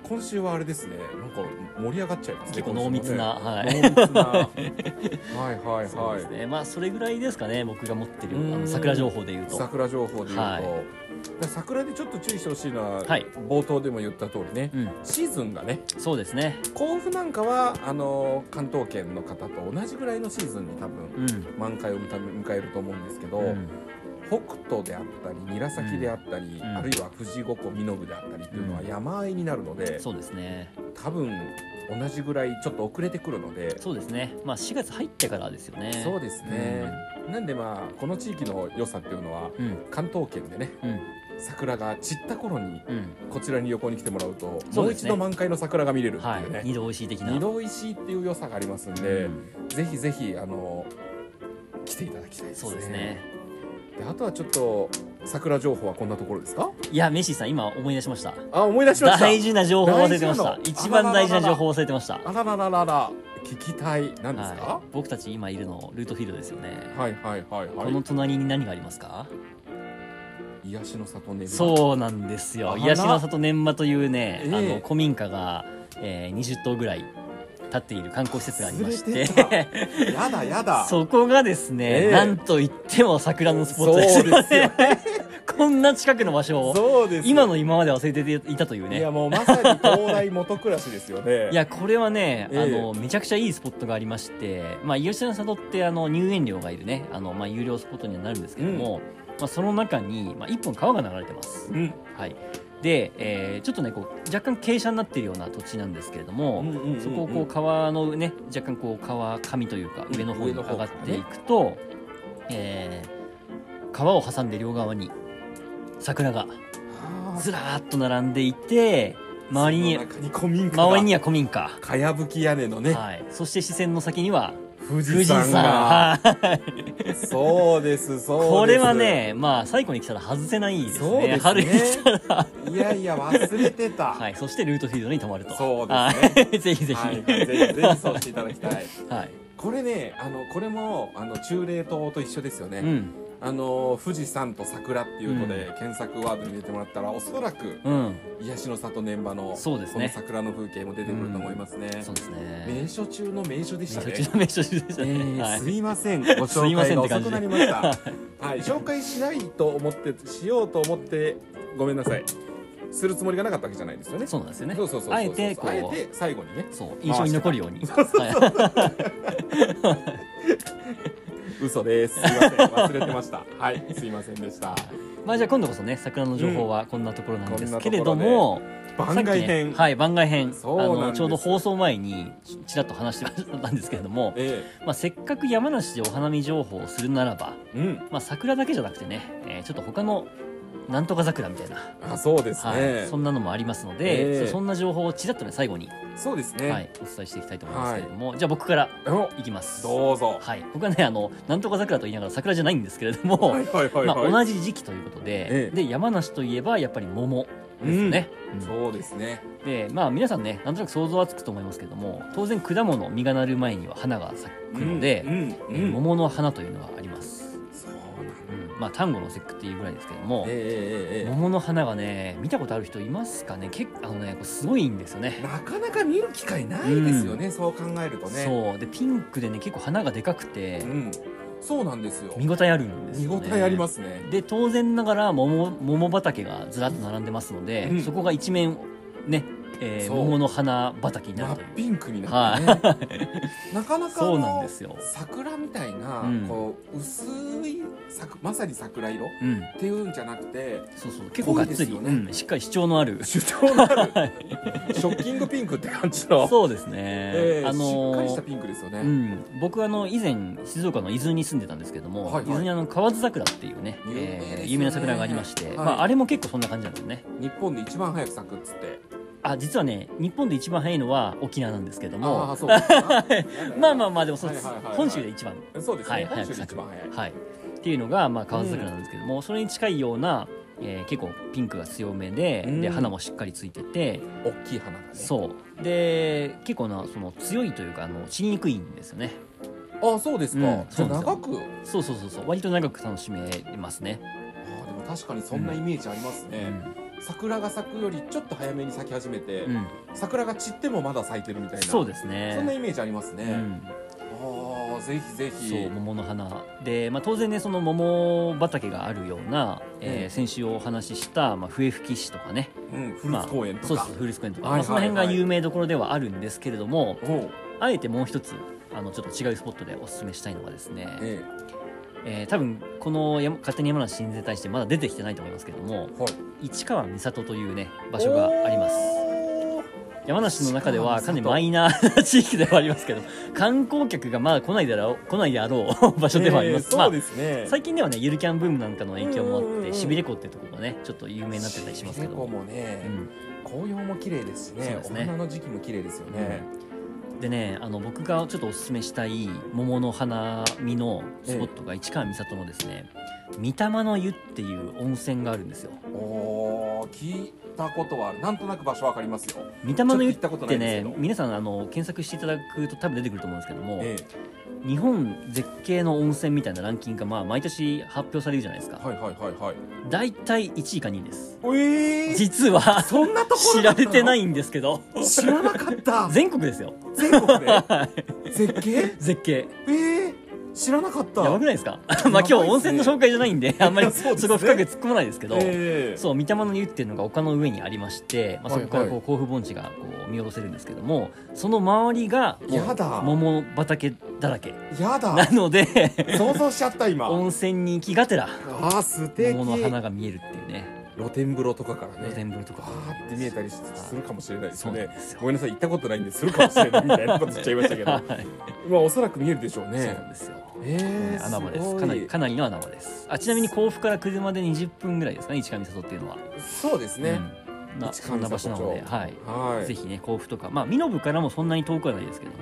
[SPEAKER 1] 今週はあれですねなんか盛り上がっちゃいますね
[SPEAKER 2] 結構濃密な、
[SPEAKER 1] 今
[SPEAKER 2] はい
[SPEAKER 1] 週もね濃密 なはいはい
[SPEAKER 2] そう
[SPEAKER 1] は
[SPEAKER 2] で
[SPEAKER 1] い
[SPEAKER 2] すねまあそれぐらいですかね僕が持ってるあ
[SPEAKER 1] う
[SPEAKER 2] の
[SPEAKER 1] ん
[SPEAKER 2] 桜情報で言うと
[SPEAKER 1] 桜情報で言うと、
[SPEAKER 2] はい
[SPEAKER 1] で桜でちょっと注意してほしいのは、
[SPEAKER 2] はい
[SPEAKER 1] 冒頭でも言った通りね、
[SPEAKER 2] うん
[SPEAKER 1] シーズンがね
[SPEAKER 2] そうですね
[SPEAKER 1] 甲府なんかはあの関東圏の方と同じぐらいのシーズンに多分
[SPEAKER 2] うん
[SPEAKER 1] 満開を迎え迎えると思うんですけど、
[SPEAKER 2] うん
[SPEAKER 1] 北斗であったり韮崎であったり、
[SPEAKER 2] うん
[SPEAKER 1] あるいは富士五湖身延であったりっていうのは
[SPEAKER 2] うん
[SPEAKER 1] 山あいになるので、
[SPEAKER 2] そうですね
[SPEAKER 1] 多分同じぐらいちょっと遅れてくるので
[SPEAKER 2] そうですねまあ4月入ってからですよね
[SPEAKER 1] そうですね、なんでまあこの地域の良さっていうのは
[SPEAKER 2] うんうん
[SPEAKER 1] 関東圏でね
[SPEAKER 2] うん
[SPEAKER 1] 桜が散った頃に
[SPEAKER 2] うん
[SPEAKER 1] こちらに旅行に来てもらうと
[SPEAKER 2] そう
[SPEAKER 1] もう
[SPEAKER 2] です
[SPEAKER 1] 一
[SPEAKER 2] ね
[SPEAKER 1] 度満開の桜が見れるって
[SPEAKER 2] はいいう
[SPEAKER 1] ね、
[SPEAKER 2] 二度おいしい的な
[SPEAKER 1] 二度美味しいっていう良さがありますんで、
[SPEAKER 2] うん
[SPEAKER 1] ぜひぜひあの来ていただきたいですね
[SPEAKER 2] そうですね
[SPEAKER 1] であとはちょっと桜情報はこんなところですか
[SPEAKER 2] いやメッシーさん今思い出しました
[SPEAKER 1] あ思い出しました
[SPEAKER 2] 大事な情報忘れてま
[SPEAKER 1] 大
[SPEAKER 2] した
[SPEAKER 1] 事なの
[SPEAKER 2] 一番大事な情報忘れてました
[SPEAKER 1] あららららら聞きたい何ですか
[SPEAKER 2] はい、僕たち今いるのルートフィールドですよね
[SPEAKER 1] はい、はいはいはい
[SPEAKER 2] この隣に何がありますか
[SPEAKER 1] 癒しの里ね
[SPEAKER 2] そうなんです
[SPEAKER 1] あ
[SPEAKER 2] よ
[SPEAKER 1] ら
[SPEAKER 2] 癒しの里年間というね、
[SPEAKER 1] ええ
[SPEAKER 2] あの古民家が、えー、20棟ぐらい建っている観光施設がありまし
[SPEAKER 1] 忘れ
[SPEAKER 2] て
[SPEAKER 1] て うやだやだ
[SPEAKER 2] そこがですね、
[SPEAKER 1] ええ
[SPEAKER 2] なんといっても桜のスポットです
[SPEAKER 1] そ
[SPEAKER 2] よ
[SPEAKER 1] うですよ
[SPEAKER 2] ね こんな近くの場所を
[SPEAKER 1] そうです
[SPEAKER 2] 今の今まで忘れていたというね
[SPEAKER 1] いやもうまさに東大元暮らしですよね
[SPEAKER 2] いやこれはね、
[SPEAKER 1] ええ
[SPEAKER 2] あのめちゃくちゃいいスポットがありまして、まあ、吉野里ってあの入園料がいるねあの、まあ、有料スポットにはなるんですけども、まあ、その中に、まあ、1本川が流れてます、
[SPEAKER 1] うん
[SPEAKER 2] はい、で、えーちょっとねこう若干傾斜になっているような土地なんですけれども、
[SPEAKER 1] うんうんうんうん
[SPEAKER 2] そこをこう川のね若干こう川上というか
[SPEAKER 1] うん
[SPEAKER 2] 上の方に上がって
[SPEAKER 1] 上
[SPEAKER 2] い
[SPEAKER 1] の
[SPEAKER 2] くと、えー川を挟んで両側に桜が
[SPEAKER 1] あー
[SPEAKER 2] ずらーっと並んでいて周りに
[SPEAKER 1] その中に古民家が
[SPEAKER 2] 周りには古民家。
[SPEAKER 1] かやぶき屋根のね、
[SPEAKER 2] はい、そして視線の先には
[SPEAKER 1] 富
[SPEAKER 2] 富
[SPEAKER 1] 士
[SPEAKER 2] 士山
[SPEAKER 1] 山が
[SPEAKER 2] はい
[SPEAKER 1] そうですそうです
[SPEAKER 2] これはねまあ最後に来たら外せないですね
[SPEAKER 1] そうですね
[SPEAKER 2] 春に来たら、
[SPEAKER 1] いやいや忘れてた、
[SPEAKER 2] はい、そしてルートフィールドに泊まると
[SPEAKER 1] そう
[SPEAKER 2] ですねぜひぜひ、
[SPEAKER 1] は
[SPEAKER 2] はい い
[SPEAKER 1] ぜひぜひそうしていただきたいこれねあのこれもあの中霊島と一緒ですよね、
[SPEAKER 2] うん
[SPEAKER 1] あの富士山と桜っていうので、検索ワードに入れてもらったらおそらく
[SPEAKER 2] うん
[SPEAKER 1] 癒しの里年場の
[SPEAKER 2] そうです
[SPEAKER 1] この
[SPEAKER 2] ね
[SPEAKER 1] 桜の風景も出てくると思いますね、
[SPEAKER 2] そうですね
[SPEAKER 1] 名所中の名所でしたね
[SPEAKER 2] めちゃくちゃ名所でした
[SPEAKER 1] え
[SPEAKER 2] ね、
[SPEAKER 1] ー
[SPEAKER 2] はい
[SPEAKER 1] すいませんご紹
[SPEAKER 2] すいま
[SPEAKER 1] 介
[SPEAKER 2] せん
[SPEAKER 1] が遅
[SPEAKER 2] って感
[SPEAKER 1] く
[SPEAKER 2] じ
[SPEAKER 1] な
[SPEAKER 2] で
[SPEAKER 1] りましたはい、紹介しないと思ってしようと思ってごめんなさいするつもりがなかったわけじゃないですよね
[SPEAKER 2] そうなんですよね
[SPEAKER 1] そうそうそうそう
[SPEAKER 2] あえてこう
[SPEAKER 1] あえて最後にね
[SPEAKER 2] そう印象に残るようにはい
[SPEAKER 1] 嘘ですすいません忘れてましたはいすいませんでした
[SPEAKER 2] まあじゃあ今度こそね桜の情報はこんなところなんですけれど
[SPEAKER 1] こんなと
[SPEAKER 2] も、
[SPEAKER 1] 番外編、
[SPEAKER 2] さっきねはい番外編
[SPEAKER 1] そうなんです
[SPEAKER 2] あのちょうど放送前にちちらっと話してましたんですけれども、
[SPEAKER 1] え
[SPEAKER 2] まあ、せっかく山梨でお花見情報をするならば、
[SPEAKER 1] えうん
[SPEAKER 2] まあ、桜だけじゃなくてね、えーちょっと他のなんとか桜みたいな、
[SPEAKER 1] あそうですね、
[SPEAKER 2] はい、そんなのもありますので、
[SPEAKER 1] ええ
[SPEAKER 2] そそんな情報をちらっとね最後に、
[SPEAKER 1] そうですね、
[SPEAKER 2] はい、お伝えしていきたいと思いますけれども、じゃあ僕から
[SPEAKER 1] お
[SPEAKER 2] いきます。
[SPEAKER 1] どうぞ
[SPEAKER 2] はい、僕はねあのなんとか桜と言いながら桜じゃないんですけれど
[SPEAKER 1] は
[SPEAKER 2] も、
[SPEAKER 1] いはいはい
[SPEAKER 2] まあ、
[SPEAKER 1] はい、
[SPEAKER 2] 同じ時期ということで,、
[SPEAKER 1] ええ
[SPEAKER 2] で山梨といえばやっぱり桃ですよね。うん
[SPEAKER 1] そうですね
[SPEAKER 2] でまあ皆さんねなんとなく想像はつくと思いますけども当然果物実がなる前には花が咲くので、
[SPEAKER 1] うん
[SPEAKER 2] え
[SPEAKER 1] うん
[SPEAKER 2] ー
[SPEAKER 1] うん、
[SPEAKER 2] 桃の花というのがあります、
[SPEAKER 1] そうなんだ
[SPEAKER 2] うんまあ丹後の節句っていうぐらいですけども、
[SPEAKER 1] えええええ
[SPEAKER 2] 桃の花がね見たことある人いますかね結構あのねこれすごいんですよ
[SPEAKER 1] え
[SPEAKER 2] ね
[SPEAKER 1] なかなか見る機会ないですよね、そう考えるとね
[SPEAKER 2] そうでピンクでね結構花がでかくて
[SPEAKER 1] うん、そうなんですよ。
[SPEAKER 2] 見応えあるんです
[SPEAKER 1] 見
[SPEAKER 2] よ、
[SPEAKER 1] 応
[SPEAKER 2] ね、
[SPEAKER 1] えありますすね。
[SPEAKER 2] で当然ながら桃桃畑がずらっと並んでますので、
[SPEAKER 1] うん
[SPEAKER 2] そこが一面ね、えー
[SPEAKER 1] そう
[SPEAKER 2] 桃の花畑にな
[SPEAKER 1] 真
[SPEAKER 2] る
[SPEAKER 1] っ
[SPEAKER 2] という
[SPEAKER 1] ピンクになってね。なかなか
[SPEAKER 2] そうなん
[SPEAKER 1] の
[SPEAKER 2] ですよ
[SPEAKER 1] 桜みたいな、
[SPEAKER 2] うん
[SPEAKER 1] こう薄い桜まさに桜色っ
[SPEAKER 2] うん
[SPEAKER 1] ていうんじゃなく て、
[SPEAKER 2] そうそう結構がっつり、
[SPEAKER 1] 濃いですよね
[SPEAKER 2] うん、しっかり主張の ある
[SPEAKER 1] 主張のあるショッキングピンクって感じの、
[SPEAKER 2] そうですね、
[SPEAKER 1] ええ
[SPEAKER 2] あのー
[SPEAKER 1] しっかりしたピンクですよね。
[SPEAKER 2] うん、僕あの以前静岡の伊豆に住んでたんですけども、
[SPEAKER 1] はいはい
[SPEAKER 2] 伊豆にあの河津桜っていうね
[SPEAKER 1] 有名ですね
[SPEAKER 2] えー有名な桜がありまして、
[SPEAKER 1] はい
[SPEAKER 2] まあ、あれも結構そんな感じなんですね
[SPEAKER 1] 日本で一番早く咲くっつって。
[SPEAKER 2] あ実はね日本で一番早いのは沖縄なんですけど
[SPEAKER 1] ああ
[SPEAKER 2] も
[SPEAKER 1] そう ですか。
[SPEAKER 2] まあまあまあでもそうです、
[SPEAKER 1] はいはいはいはい
[SPEAKER 2] 本州で一番、
[SPEAKER 1] あ。そうです
[SPEAKER 2] は
[SPEAKER 1] ね。
[SPEAKER 2] い、
[SPEAKER 1] 本
[SPEAKER 2] 早
[SPEAKER 1] 州で
[SPEAKER 2] く咲
[SPEAKER 1] 一
[SPEAKER 2] く、
[SPEAKER 1] 番早い。
[SPEAKER 2] はい、っていうのが、まあ、河津桜なんですけども、それに近いような、えー結構ピンクが強めで,、
[SPEAKER 1] うん
[SPEAKER 2] で花もしっかりついてて
[SPEAKER 1] 大きい花がね。
[SPEAKER 2] そうで結構なその強いというかあの散りにくいんですよね
[SPEAKER 1] ああそうですか。
[SPEAKER 2] うん
[SPEAKER 1] じゃあ
[SPEAKER 2] そうなんです
[SPEAKER 1] 長
[SPEAKER 2] よ
[SPEAKER 1] く。
[SPEAKER 2] そうそうそうそう割と長く楽しめますね、
[SPEAKER 1] ああでも確かにそんなイメージありますね。桜が咲くよりちょっと早めに咲き始めて、
[SPEAKER 2] うんうん
[SPEAKER 1] 桜が散ってもまだ咲いてるみたいな
[SPEAKER 2] そうですね
[SPEAKER 1] そんなイメージありますね、
[SPEAKER 2] うん、
[SPEAKER 1] ああぜひぜひ
[SPEAKER 2] そう桃の花で、まあ、当然ねその桃畑があるような、えー
[SPEAKER 1] うん
[SPEAKER 2] 先週お話しした、まあ、笛吹き市とかね
[SPEAKER 1] うん、フルーツ公園とか、
[SPEAKER 2] まあ、そうそうフルーツ公園とか、
[SPEAKER 1] はい
[SPEAKER 2] まあ、その辺が
[SPEAKER 1] はいはい
[SPEAKER 2] 有名どころではあるんですけれども、
[SPEAKER 1] おう
[SPEAKER 2] あえてもう一つあのちょっと違うスポットでおすすめしたいのがですね、え
[SPEAKER 1] え
[SPEAKER 2] ー多分この山勝手に山梨新に対してまだ出てきてないと思いますけれども
[SPEAKER 1] えはい、
[SPEAKER 2] 市川三郷というね場所があります
[SPEAKER 1] おー
[SPEAKER 2] 山梨の中では
[SPEAKER 1] 市川
[SPEAKER 2] かな
[SPEAKER 1] 三
[SPEAKER 2] り
[SPEAKER 1] 郷
[SPEAKER 2] マイナーな地域ではありますけど観光客がまだ来ないだろう来ないであろう場所ではあります、
[SPEAKER 1] ええそ
[SPEAKER 2] まあ
[SPEAKER 1] うですね、
[SPEAKER 2] 最近ではねゆるキャンブームなんかの影響もあ
[SPEAKER 1] うんうん
[SPEAKER 2] っ
[SPEAKER 1] うんうん
[SPEAKER 2] てしびれ湖ってとこがねちょっと有名になってたりしますけど、
[SPEAKER 1] 猫もね、
[SPEAKER 2] うん
[SPEAKER 1] 紅葉も綺麗ですしね
[SPEAKER 2] そうですね
[SPEAKER 1] お花の時期も綺麗ですよね、
[SPEAKER 2] でねあの僕がちょっとおすすめしたい桃の花見のスポットが市川三郷のですね御霊の湯っていう温泉があるんですよ
[SPEAKER 1] おお聞いたことはあるなんとなく場所わかりますよ
[SPEAKER 2] 御霊の湯っ
[SPEAKER 1] ちょっと行ったことな
[SPEAKER 2] て
[SPEAKER 1] いんですけ
[SPEAKER 2] ね
[SPEAKER 1] ど
[SPEAKER 2] 皆さんあの検索していただくと多分出てくると思うんですけども、
[SPEAKER 1] え
[SPEAKER 2] 日本絶景の温泉みたいなランキングがまあ毎年発表されるじゃないですか、
[SPEAKER 1] はいはいはいはい
[SPEAKER 2] 大体1位か2位です
[SPEAKER 1] えー、
[SPEAKER 2] 実 は
[SPEAKER 1] そんなところ
[SPEAKER 2] 知られてないいんです けど
[SPEAKER 1] 知らなか った
[SPEAKER 2] 全国ですよ
[SPEAKER 1] 全国で
[SPEAKER 2] はい
[SPEAKER 1] 絶景
[SPEAKER 2] 絶景
[SPEAKER 1] えー、知らなかった
[SPEAKER 2] やばくな いですかまあ今日温泉の紹介じゃないんであんま
[SPEAKER 1] いや
[SPEAKER 2] り
[SPEAKER 1] そうですね
[SPEAKER 2] そこ深く突っ込まないですけど、
[SPEAKER 1] えー、
[SPEAKER 2] そう三玉の湯っていうのが丘の上にありまして、まあ、そこから
[SPEAKER 1] はい
[SPEAKER 2] こ
[SPEAKER 1] は
[SPEAKER 2] う甲府盆地がこう見下ろせるんですけどもその周りがもう
[SPEAKER 1] やだ
[SPEAKER 2] 桃畑だらけ
[SPEAKER 1] や
[SPEAKER 2] な
[SPEAKER 1] だ
[SPEAKER 2] ので
[SPEAKER 1] 想像しちゃった今
[SPEAKER 2] 温泉に行きがてら
[SPEAKER 1] あー素敵
[SPEAKER 2] 桃の花が見えるっていうね
[SPEAKER 1] 露天風呂とかから
[SPEAKER 2] 露
[SPEAKER 1] ね
[SPEAKER 2] 天風呂とか
[SPEAKER 1] わーって見えたりしするかもしれないです
[SPEAKER 2] そう
[SPEAKER 1] よ
[SPEAKER 2] な
[SPEAKER 1] ね
[SPEAKER 2] んですよ
[SPEAKER 1] ごめんなさい行ったことないんでするかもしれないみたいなこと言っちゃいましたけど
[SPEAKER 2] はい
[SPEAKER 1] まあおそらく見えるでしょう
[SPEAKER 2] そう
[SPEAKER 1] ね
[SPEAKER 2] なんですよ
[SPEAKER 1] えー、
[SPEAKER 2] 穴場です
[SPEAKER 1] ごい
[SPEAKER 2] かなりかなりの穴場ですあちなみに甲府から車で20分ぐらいですかね市上里っていうのは
[SPEAKER 1] そうですね、
[SPEAKER 2] うんな
[SPEAKER 1] 市上里
[SPEAKER 2] そんな場所なので
[SPEAKER 1] 町
[SPEAKER 2] はい
[SPEAKER 1] はい
[SPEAKER 2] ぜひね甲府とかまあ身延からもそんなに遠くはないですけども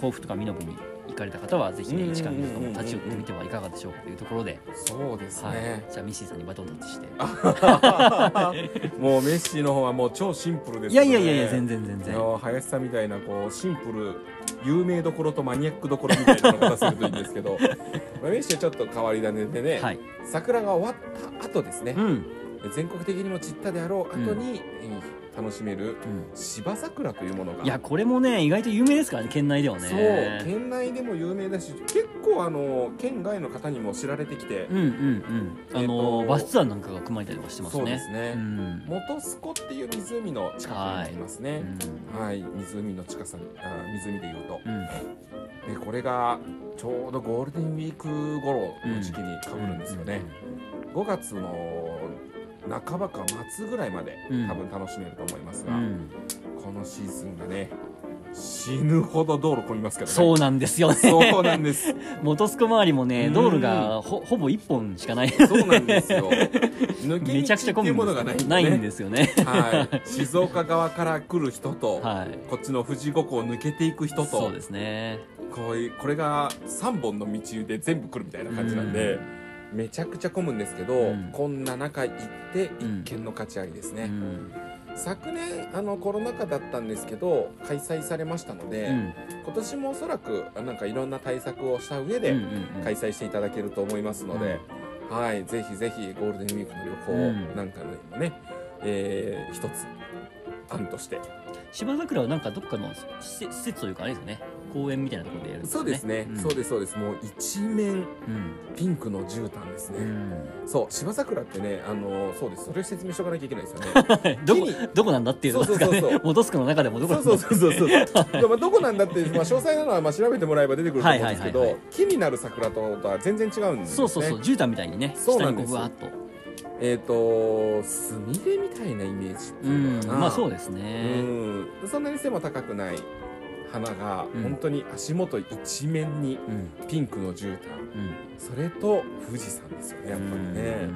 [SPEAKER 2] 甲府とか身延に行かれた方はぜひ
[SPEAKER 1] うんうんう
[SPEAKER 2] ね
[SPEAKER 1] ん
[SPEAKER 2] 近道とかも立ち寄ってみてはいかがでしょうかというところで、
[SPEAKER 1] そうです
[SPEAKER 2] はい
[SPEAKER 1] ね、
[SPEAKER 2] じゃあミッシーさんにバトンタッチして
[SPEAKER 1] もうメッシの方はもう超シンプルです
[SPEAKER 2] い
[SPEAKER 1] け
[SPEAKER 2] や
[SPEAKER 1] ど
[SPEAKER 2] い
[SPEAKER 1] ね
[SPEAKER 2] やいやいや全然全
[SPEAKER 1] あ
[SPEAKER 2] 然
[SPEAKER 1] の林さんみたいなこうシンプル有名どころとマニアックどころみたいなのがするといいんですけ どまあメッシはちょっと変わり種でね、
[SPEAKER 2] はい
[SPEAKER 1] 桜が終わった後ですね
[SPEAKER 2] うん、う、
[SPEAKER 1] 全国的にも散ったであろう後に、えー楽しめる
[SPEAKER 2] ん、
[SPEAKER 1] 芝桜というものが
[SPEAKER 2] いやこれもね意外と有名ですからね県内ではね
[SPEAKER 1] そう県内でも有名だし結構あの県外の方にも知られてきて
[SPEAKER 2] うんうんうんあの、
[SPEAKER 1] えっと
[SPEAKER 2] バスツアーなんかが組まれたりはしてますね
[SPEAKER 1] そうですね
[SPEAKER 2] うん
[SPEAKER 1] 元栖湖っていう湖の近くにあります
[SPEAKER 2] う
[SPEAKER 1] ね
[SPEAKER 2] ん
[SPEAKER 1] はい、湖の近さにあ湖でいうと
[SPEAKER 2] うん
[SPEAKER 1] でこれがちょうどゴールデンウィーク頃の時期にかぶるんですよね、5月の半ばか末ぐらいまで
[SPEAKER 2] うん
[SPEAKER 1] 多分楽しめると思います
[SPEAKER 2] う
[SPEAKER 1] が、
[SPEAKER 2] ん
[SPEAKER 1] このシーズンがね死ぬほど道路混みますけどね
[SPEAKER 2] そうなんですよね
[SPEAKER 1] そうなんです。
[SPEAKER 2] 元栖湖周りもね道路
[SPEAKER 1] う
[SPEAKER 2] がほほぼ一本しかない
[SPEAKER 1] そうなんですよ。抜け
[SPEAKER 2] めちゃくち
[SPEAKER 1] 道
[SPEAKER 2] ゃ
[SPEAKER 1] っ
[SPEAKER 2] 混
[SPEAKER 1] てい
[SPEAKER 2] む
[SPEAKER 1] うものが
[SPEAKER 2] ん
[SPEAKER 1] な
[SPEAKER 2] で
[SPEAKER 1] い
[SPEAKER 2] すよ
[SPEAKER 1] ん
[SPEAKER 2] ないん
[SPEAKER 1] で
[SPEAKER 2] ですよね
[SPEAKER 1] す。はい。静岡側から来る人 と、
[SPEAKER 2] はい
[SPEAKER 1] こっちの富士五湖を抜けていく人
[SPEAKER 2] そう
[SPEAKER 1] と
[SPEAKER 2] で、すね
[SPEAKER 1] こういうこれが三本の道で全部来るみたいな感じなんで。めちゃくちゃ混むんですけど、
[SPEAKER 2] うん
[SPEAKER 1] こんな中行って一見の価値ありです
[SPEAKER 2] う
[SPEAKER 1] ね、
[SPEAKER 2] ん
[SPEAKER 1] 昨年あのコロナ禍だったんですけど開催されましたので、
[SPEAKER 2] うん
[SPEAKER 1] 今年もおそらくあなんかいろんな対策をした上
[SPEAKER 2] う
[SPEAKER 1] で、
[SPEAKER 2] んうん
[SPEAKER 1] 開催していただけると思いますので、はい、ぜひぜひゴールデンウィークの旅
[SPEAKER 2] う
[SPEAKER 1] 行
[SPEAKER 2] ん
[SPEAKER 1] なんかでもね、えー一つ案として、
[SPEAKER 2] 芝桜はなんかどっかの施設施設というかあれですよね公園みたいなところでやるん
[SPEAKER 1] そうですね、そうですそうですもう一面
[SPEAKER 2] うん
[SPEAKER 1] ピンクの絨毯です
[SPEAKER 2] う
[SPEAKER 1] ね、
[SPEAKER 2] ん
[SPEAKER 1] そう芝桜ってねあのそうですそれを説明しとかなきゃいけないですよね
[SPEAKER 2] どこ
[SPEAKER 1] 木に
[SPEAKER 2] どこなんだっていうのですかね
[SPEAKER 1] そうそうそうそう
[SPEAKER 2] 元栖湖の中で もどこ
[SPEAKER 1] そ
[SPEAKER 2] な
[SPEAKER 1] うん
[SPEAKER 2] だ
[SPEAKER 1] そ
[SPEAKER 2] っ
[SPEAKER 1] う
[SPEAKER 2] て
[SPEAKER 1] そうそうそうでまあどこなんだっていう、まあ、詳細なのはまあ調べてもらえば出てくると思うんですけど、
[SPEAKER 2] はいはい
[SPEAKER 1] 木になる桜とは全然違うんですね
[SPEAKER 2] そうそうそう絨毯みたいにね
[SPEAKER 1] そう
[SPEAKER 2] 下
[SPEAKER 1] な
[SPEAKER 2] に
[SPEAKER 1] ん
[SPEAKER 2] こ
[SPEAKER 1] です
[SPEAKER 2] うぶわーっと
[SPEAKER 1] えっ、とスミレみたいなイメージって
[SPEAKER 2] う
[SPEAKER 1] いうんのかな、
[SPEAKER 2] まあそうですね
[SPEAKER 1] うん、そんなに背も高くない花が、
[SPEAKER 2] うん
[SPEAKER 1] 本当に足元一面に
[SPEAKER 2] うん
[SPEAKER 1] ピンクの絨毯
[SPEAKER 2] うん
[SPEAKER 1] それと富士山ですよねやっぱり
[SPEAKER 2] う
[SPEAKER 1] ね、
[SPEAKER 2] ん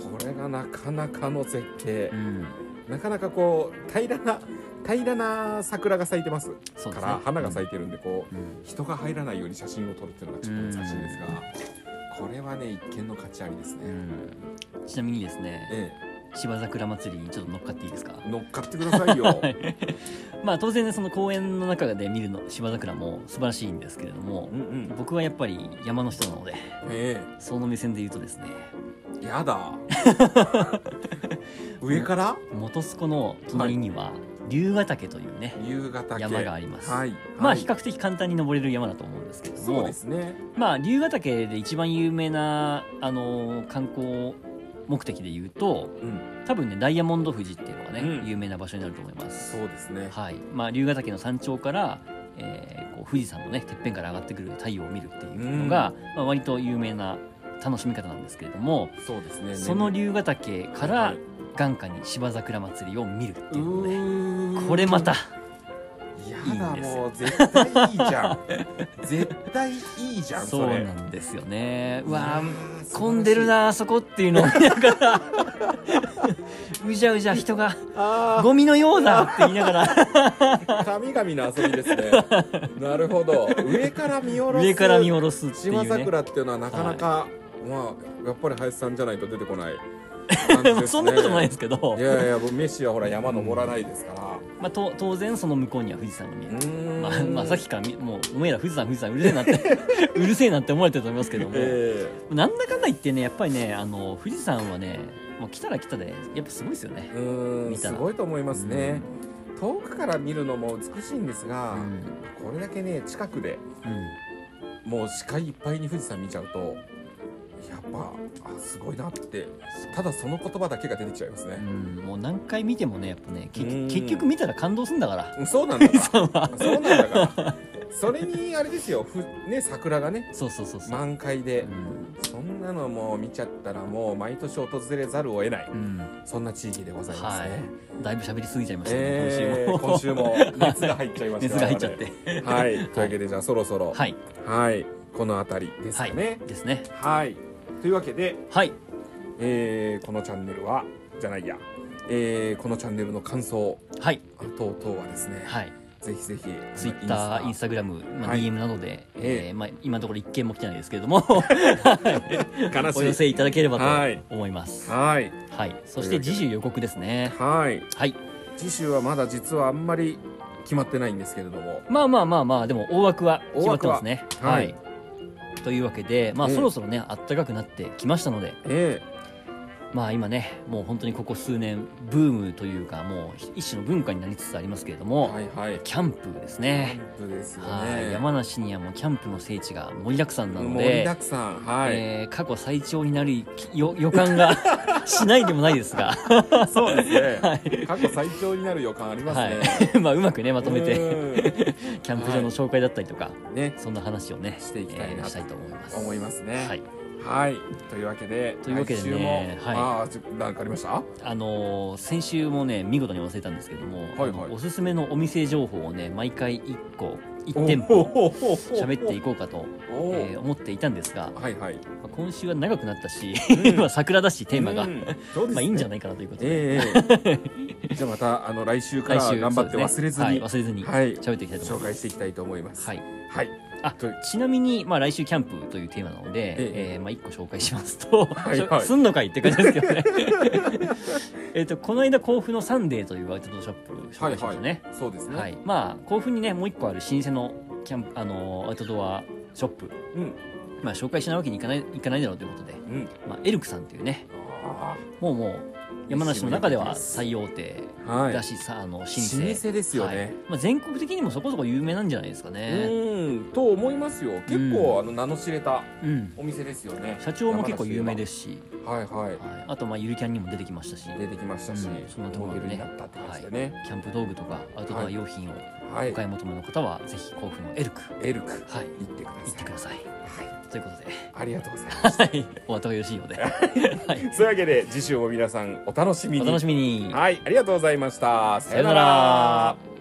[SPEAKER 1] これがなかなかの絶景
[SPEAKER 2] う、ん
[SPEAKER 1] なかなかこう平らな平らな桜が咲いてます
[SPEAKER 2] そう
[SPEAKER 1] か
[SPEAKER 2] ですね
[SPEAKER 1] ら花が咲いてるんでこう、
[SPEAKER 2] うん
[SPEAKER 1] 人が入らないように写真を撮るっていうのがちょっと難しいんですが、これはね一見の価値ありですね、
[SPEAKER 2] うんちなみにですね
[SPEAKER 1] え
[SPEAKER 2] 芝桜祭りにちょっと乗っかっていいですか
[SPEAKER 1] え乗っかってくださいよ、
[SPEAKER 2] はいまあ当然ねその公園の中で見るの芝桜も素晴らしいんですけれども
[SPEAKER 1] うんうん
[SPEAKER 2] 僕はやっぱり山の人なので
[SPEAKER 1] え
[SPEAKER 2] その目線で言うとですね
[SPEAKER 1] えや だ上から
[SPEAKER 2] 元栖湖の隣には龍ヶ岳というね、
[SPEAKER 1] 夕方系
[SPEAKER 2] 山があります
[SPEAKER 1] はい、
[SPEAKER 2] まあ
[SPEAKER 1] はい
[SPEAKER 2] 比較的簡単に登れる山だと思うんですけれど
[SPEAKER 1] そう
[SPEAKER 2] も
[SPEAKER 1] ですね
[SPEAKER 2] まあ龍ヶ岳で一番有名なあのー観光目的で言うと
[SPEAKER 1] うん
[SPEAKER 2] 多分ねダイヤモンド富士っていうのがね、
[SPEAKER 1] うん
[SPEAKER 2] 有名な場所になると思います
[SPEAKER 1] そうですね
[SPEAKER 2] はいまあ、龍ヶ岳の山頂から、えーこう富士山のねてっぺんから上がってくる太陽を見るっていうのが、まあ、割と有名な楽しみ方なんですけれども
[SPEAKER 1] そうですね
[SPEAKER 2] その龍ヶ岳
[SPEAKER 1] は
[SPEAKER 2] から
[SPEAKER 1] い
[SPEAKER 2] 眼下に芝桜祭りを見るっていうの
[SPEAKER 1] う
[SPEAKER 2] で、
[SPEAKER 1] ーん
[SPEAKER 2] これまた
[SPEAKER 1] や
[SPEAKER 2] いいん
[SPEAKER 1] だ
[SPEAKER 2] ですよ
[SPEAKER 1] もう絶対いいじゃん 絶対いいじゃん
[SPEAKER 2] そう
[SPEAKER 1] それ
[SPEAKER 2] なんですよねうわー
[SPEAKER 1] いやー
[SPEAKER 2] 混んでるなあそこっていうのを見ながら うじゃうじゃ人が
[SPEAKER 1] 素晴らしいあ
[SPEAKER 2] ゴミのようだって言いながら
[SPEAKER 1] あ神々の遊びです ねなるほど上から見下ろす
[SPEAKER 2] 上から見下ろすっていう
[SPEAKER 1] 島
[SPEAKER 2] ね
[SPEAKER 1] 桜っていうのはなかなか、まあやっぱり林さんじゃないと出てこない感じですね
[SPEAKER 2] そんなこともないですけど
[SPEAKER 1] い、やいや僕メッシはほら山登らないですから
[SPEAKER 2] まあ、と当然その向こうには富士山が見え
[SPEAKER 1] う
[SPEAKER 2] る、
[SPEAKER 1] ーん
[SPEAKER 2] まあまあ、さっきからみもう「おめえら富士山富士山うるせ えな」ってうるせえなって思われてると思いますけども、
[SPEAKER 1] え
[SPEAKER 2] なんだかんだ言ってねやっぱりねあの富士山はねもう来たら来たでやっぱすごいですよね
[SPEAKER 1] え、うーん
[SPEAKER 2] 見た
[SPEAKER 1] す
[SPEAKER 2] ら
[SPEAKER 1] ごいと思いますね遠くから見るのも美しいんですが、
[SPEAKER 2] うん
[SPEAKER 1] これだけね近くで
[SPEAKER 2] う
[SPEAKER 1] もう視界いっぱいに富士山見ちゃうとやっぱあすごいなってただその言葉だけが出てきちゃいますね、
[SPEAKER 2] ん、うんもう何回見てもねやっぱね結
[SPEAKER 1] うん
[SPEAKER 2] 結局見たら感動するんだから
[SPEAKER 1] うんそうなんだから
[SPEAKER 2] さんは
[SPEAKER 1] そうなんだからそれにあれですよふね桜がね
[SPEAKER 2] そうそうそうそう、
[SPEAKER 1] 満開で
[SPEAKER 2] うん
[SPEAKER 1] そんなのもう見ちゃったらもう毎年訪れざるを得ない、
[SPEAKER 2] うん
[SPEAKER 1] そんな地域でございますね、
[SPEAKER 2] はい、だいぶ喋りすぎちゃいましたね、
[SPEAKER 1] えー今
[SPEAKER 2] 今週
[SPEAKER 1] 週
[SPEAKER 2] も
[SPEAKER 1] も熱が入っちゃいました
[SPEAKER 2] 熱が入っちゃって
[SPEAKER 1] はい、というわけでじゃあそろそろは、
[SPEAKER 2] はいい
[SPEAKER 1] この辺りです
[SPEAKER 2] は
[SPEAKER 1] か
[SPEAKER 2] い、
[SPEAKER 1] ね
[SPEAKER 2] ですね
[SPEAKER 1] はい、というわけで、
[SPEAKER 2] はい
[SPEAKER 1] えーこのチャンネルはじゃないや、えーこのチャンネルの感想
[SPEAKER 2] はい
[SPEAKER 1] 等々はですね、
[SPEAKER 2] はい
[SPEAKER 1] ぜひぜひ
[SPEAKER 2] ツイッター、インス
[SPEAKER 1] ス
[SPEAKER 2] タグラム、まあ、
[SPEAKER 1] はい
[SPEAKER 2] DM などで、
[SPEAKER 1] ええ
[SPEAKER 2] えーまあ、今のところ一件も来てないですけれども、
[SPEAKER 1] タ悲しい
[SPEAKER 2] お寄せいただければ
[SPEAKER 1] はい
[SPEAKER 2] と思います。は
[SPEAKER 1] はい
[SPEAKER 2] い、そして次週予告ですね。
[SPEAKER 1] はい
[SPEAKER 2] はい、
[SPEAKER 1] 次週はまだ実はあんまり決まってないんですけれども
[SPEAKER 2] まあまあまあまあ、でも大枠は決まってますね。
[SPEAKER 1] 大枠は
[SPEAKER 2] はい、というわけで、まあ、
[SPEAKER 1] ええ
[SPEAKER 2] そろそろね、あったかくなってきましたので、
[SPEAKER 1] え
[SPEAKER 2] まあ、今ね、もう本当にここ数年ブームというか、もう一種の文化になりつつありますけれど
[SPEAKER 1] え
[SPEAKER 2] も、
[SPEAKER 1] はいはい
[SPEAKER 2] キャンプです
[SPEAKER 1] キ
[SPEAKER 2] ね。
[SPEAKER 1] ャンプですよ
[SPEAKER 2] はい、
[SPEAKER 1] ね
[SPEAKER 2] 山梨にはもうキャンプの聖地が盛りだくさんなので。
[SPEAKER 1] 盛りだくさんはい、
[SPEAKER 2] えー過去最長になるよ予感が しないでもないです が、
[SPEAKER 1] そうですね、
[SPEAKER 2] はい
[SPEAKER 1] 過去最長になる予感ありますね、
[SPEAKER 2] はい、 まあうまくねまとめて
[SPEAKER 1] て
[SPEAKER 2] キャンプ場の紹介だったりとか、
[SPEAKER 1] ね
[SPEAKER 2] そんな話をね
[SPEAKER 1] していきたいな
[SPEAKER 2] えーしたいと思います。
[SPEAKER 1] 思いますね
[SPEAKER 2] はい、
[SPEAKER 1] はいというわけで
[SPEAKER 2] というわけでね
[SPEAKER 1] 来週も、
[SPEAKER 2] はい
[SPEAKER 1] ああちょなんかありました
[SPEAKER 2] あのー先週もね見事に忘れたんですけども、
[SPEAKER 1] はいはい
[SPEAKER 2] あのおすすめのお店情報をね毎回一個一
[SPEAKER 1] お
[SPEAKER 2] 店舗
[SPEAKER 1] おおお
[SPEAKER 2] 喋っていこうかと、
[SPEAKER 1] お
[SPEAKER 2] えー思っていたんですが、ま
[SPEAKER 1] はいはい
[SPEAKER 2] あ今週は長くなったし、
[SPEAKER 1] うん
[SPEAKER 2] まあ桜だしテーマが、
[SPEAKER 1] うんそうですね
[SPEAKER 2] まあいいんじゃないかなということで、
[SPEAKER 1] えええ えじゃあまたあの来週から
[SPEAKER 2] 来週
[SPEAKER 1] 頑張って
[SPEAKER 2] そうで
[SPEAKER 1] 忘
[SPEAKER 2] すね
[SPEAKER 1] れずに、
[SPEAKER 2] はい、忘れずに
[SPEAKER 1] はい
[SPEAKER 2] 喋っていきたいと思います。
[SPEAKER 1] 紹介していきたいと思います、
[SPEAKER 2] はいい、
[SPEAKER 1] はい、
[SPEAKER 2] あ
[SPEAKER 1] と
[SPEAKER 2] ちなみに、まあ、来週キャンプというテーマなので、
[SPEAKER 1] ええ
[SPEAKER 2] えーまあ、1個紹介しますと、
[SPEAKER 1] はいはい
[SPEAKER 2] すんのかいって感じですけどね えっとこの間甲府のサンデーというアウトドアショップ紹介しましたね、
[SPEAKER 1] そうです
[SPEAKER 2] はい
[SPEAKER 1] ね、
[SPEAKER 2] まあ、甲府にねもう1個ある老舗のキャンプ、あのーアウトドアショップ、
[SPEAKER 1] うん
[SPEAKER 2] まあ、紹介しないわけにいかないいかないだろうということで、
[SPEAKER 1] うん
[SPEAKER 2] まあ、エルクさんというね
[SPEAKER 1] あ
[SPEAKER 2] もうもう山梨の中では最大手
[SPEAKER 1] あはい
[SPEAKER 2] だしさ、あの老舗
[SPEAKER 1] 老舗ですよね
[SPEAKER 2] はいまあ、全国的にもそこそこ有名なんじゃないですかね、
[SPEAKER 1] うんと思いますよ結構、あの名の知れた
[SPEAKER 2] うん、
[SPEAKER 1] お店ですよね
[SPEAKER 2] 社長も結構有名ですし、
[SPEAKER 1] はいはい
[SPEAKER 2] はい、あとまあゆるキャンにも出てきましたし
[SPEAKER 1] 出てきましたし、
[SPEAKER 2] うんそんなとこ
[SPEAKER 1] モ
[SPEAKER 2] ろ
[SPEAKER 1] デ
[SPEAKER 2] でね
[SPEAKER 1] ルになったって感じでね、
[SPEAKER 2] キャンプ道具とかアウトドア用品を
[SPEAKER 1] はい
[SPEAKER 2] お買い求めの方はぜひ甲府のエルク
[SPEAKER 1] エルク、
[SPEAKER 2] はい
[SPEAKER 1] 行ってくだ
[SPEAKER 2] 行っ
[SPEAKER 1] さ
[SPEAKER 2] て
[SPEAKER 1] い
[SPEAKER 2] ください
[SPEAKER 1] は
[SPEAKER 2] ということで
[SPEAKER 1] いありがとうございます
[SPEAKER 2] はいお後がよろしい ようで、はい、
[SPEAKER 1] そういうわけで次週も皆さんお楽しみ
[SPEAKER 2] お
[SPEAKER 1] に
[SPEAKER 2] 楽しみに
[SPEAKER 1] はいありがとうございましたさよな
[SPEAKER 2] さよな
[SPEAKER 1] ら
[SPEAKER 2] ら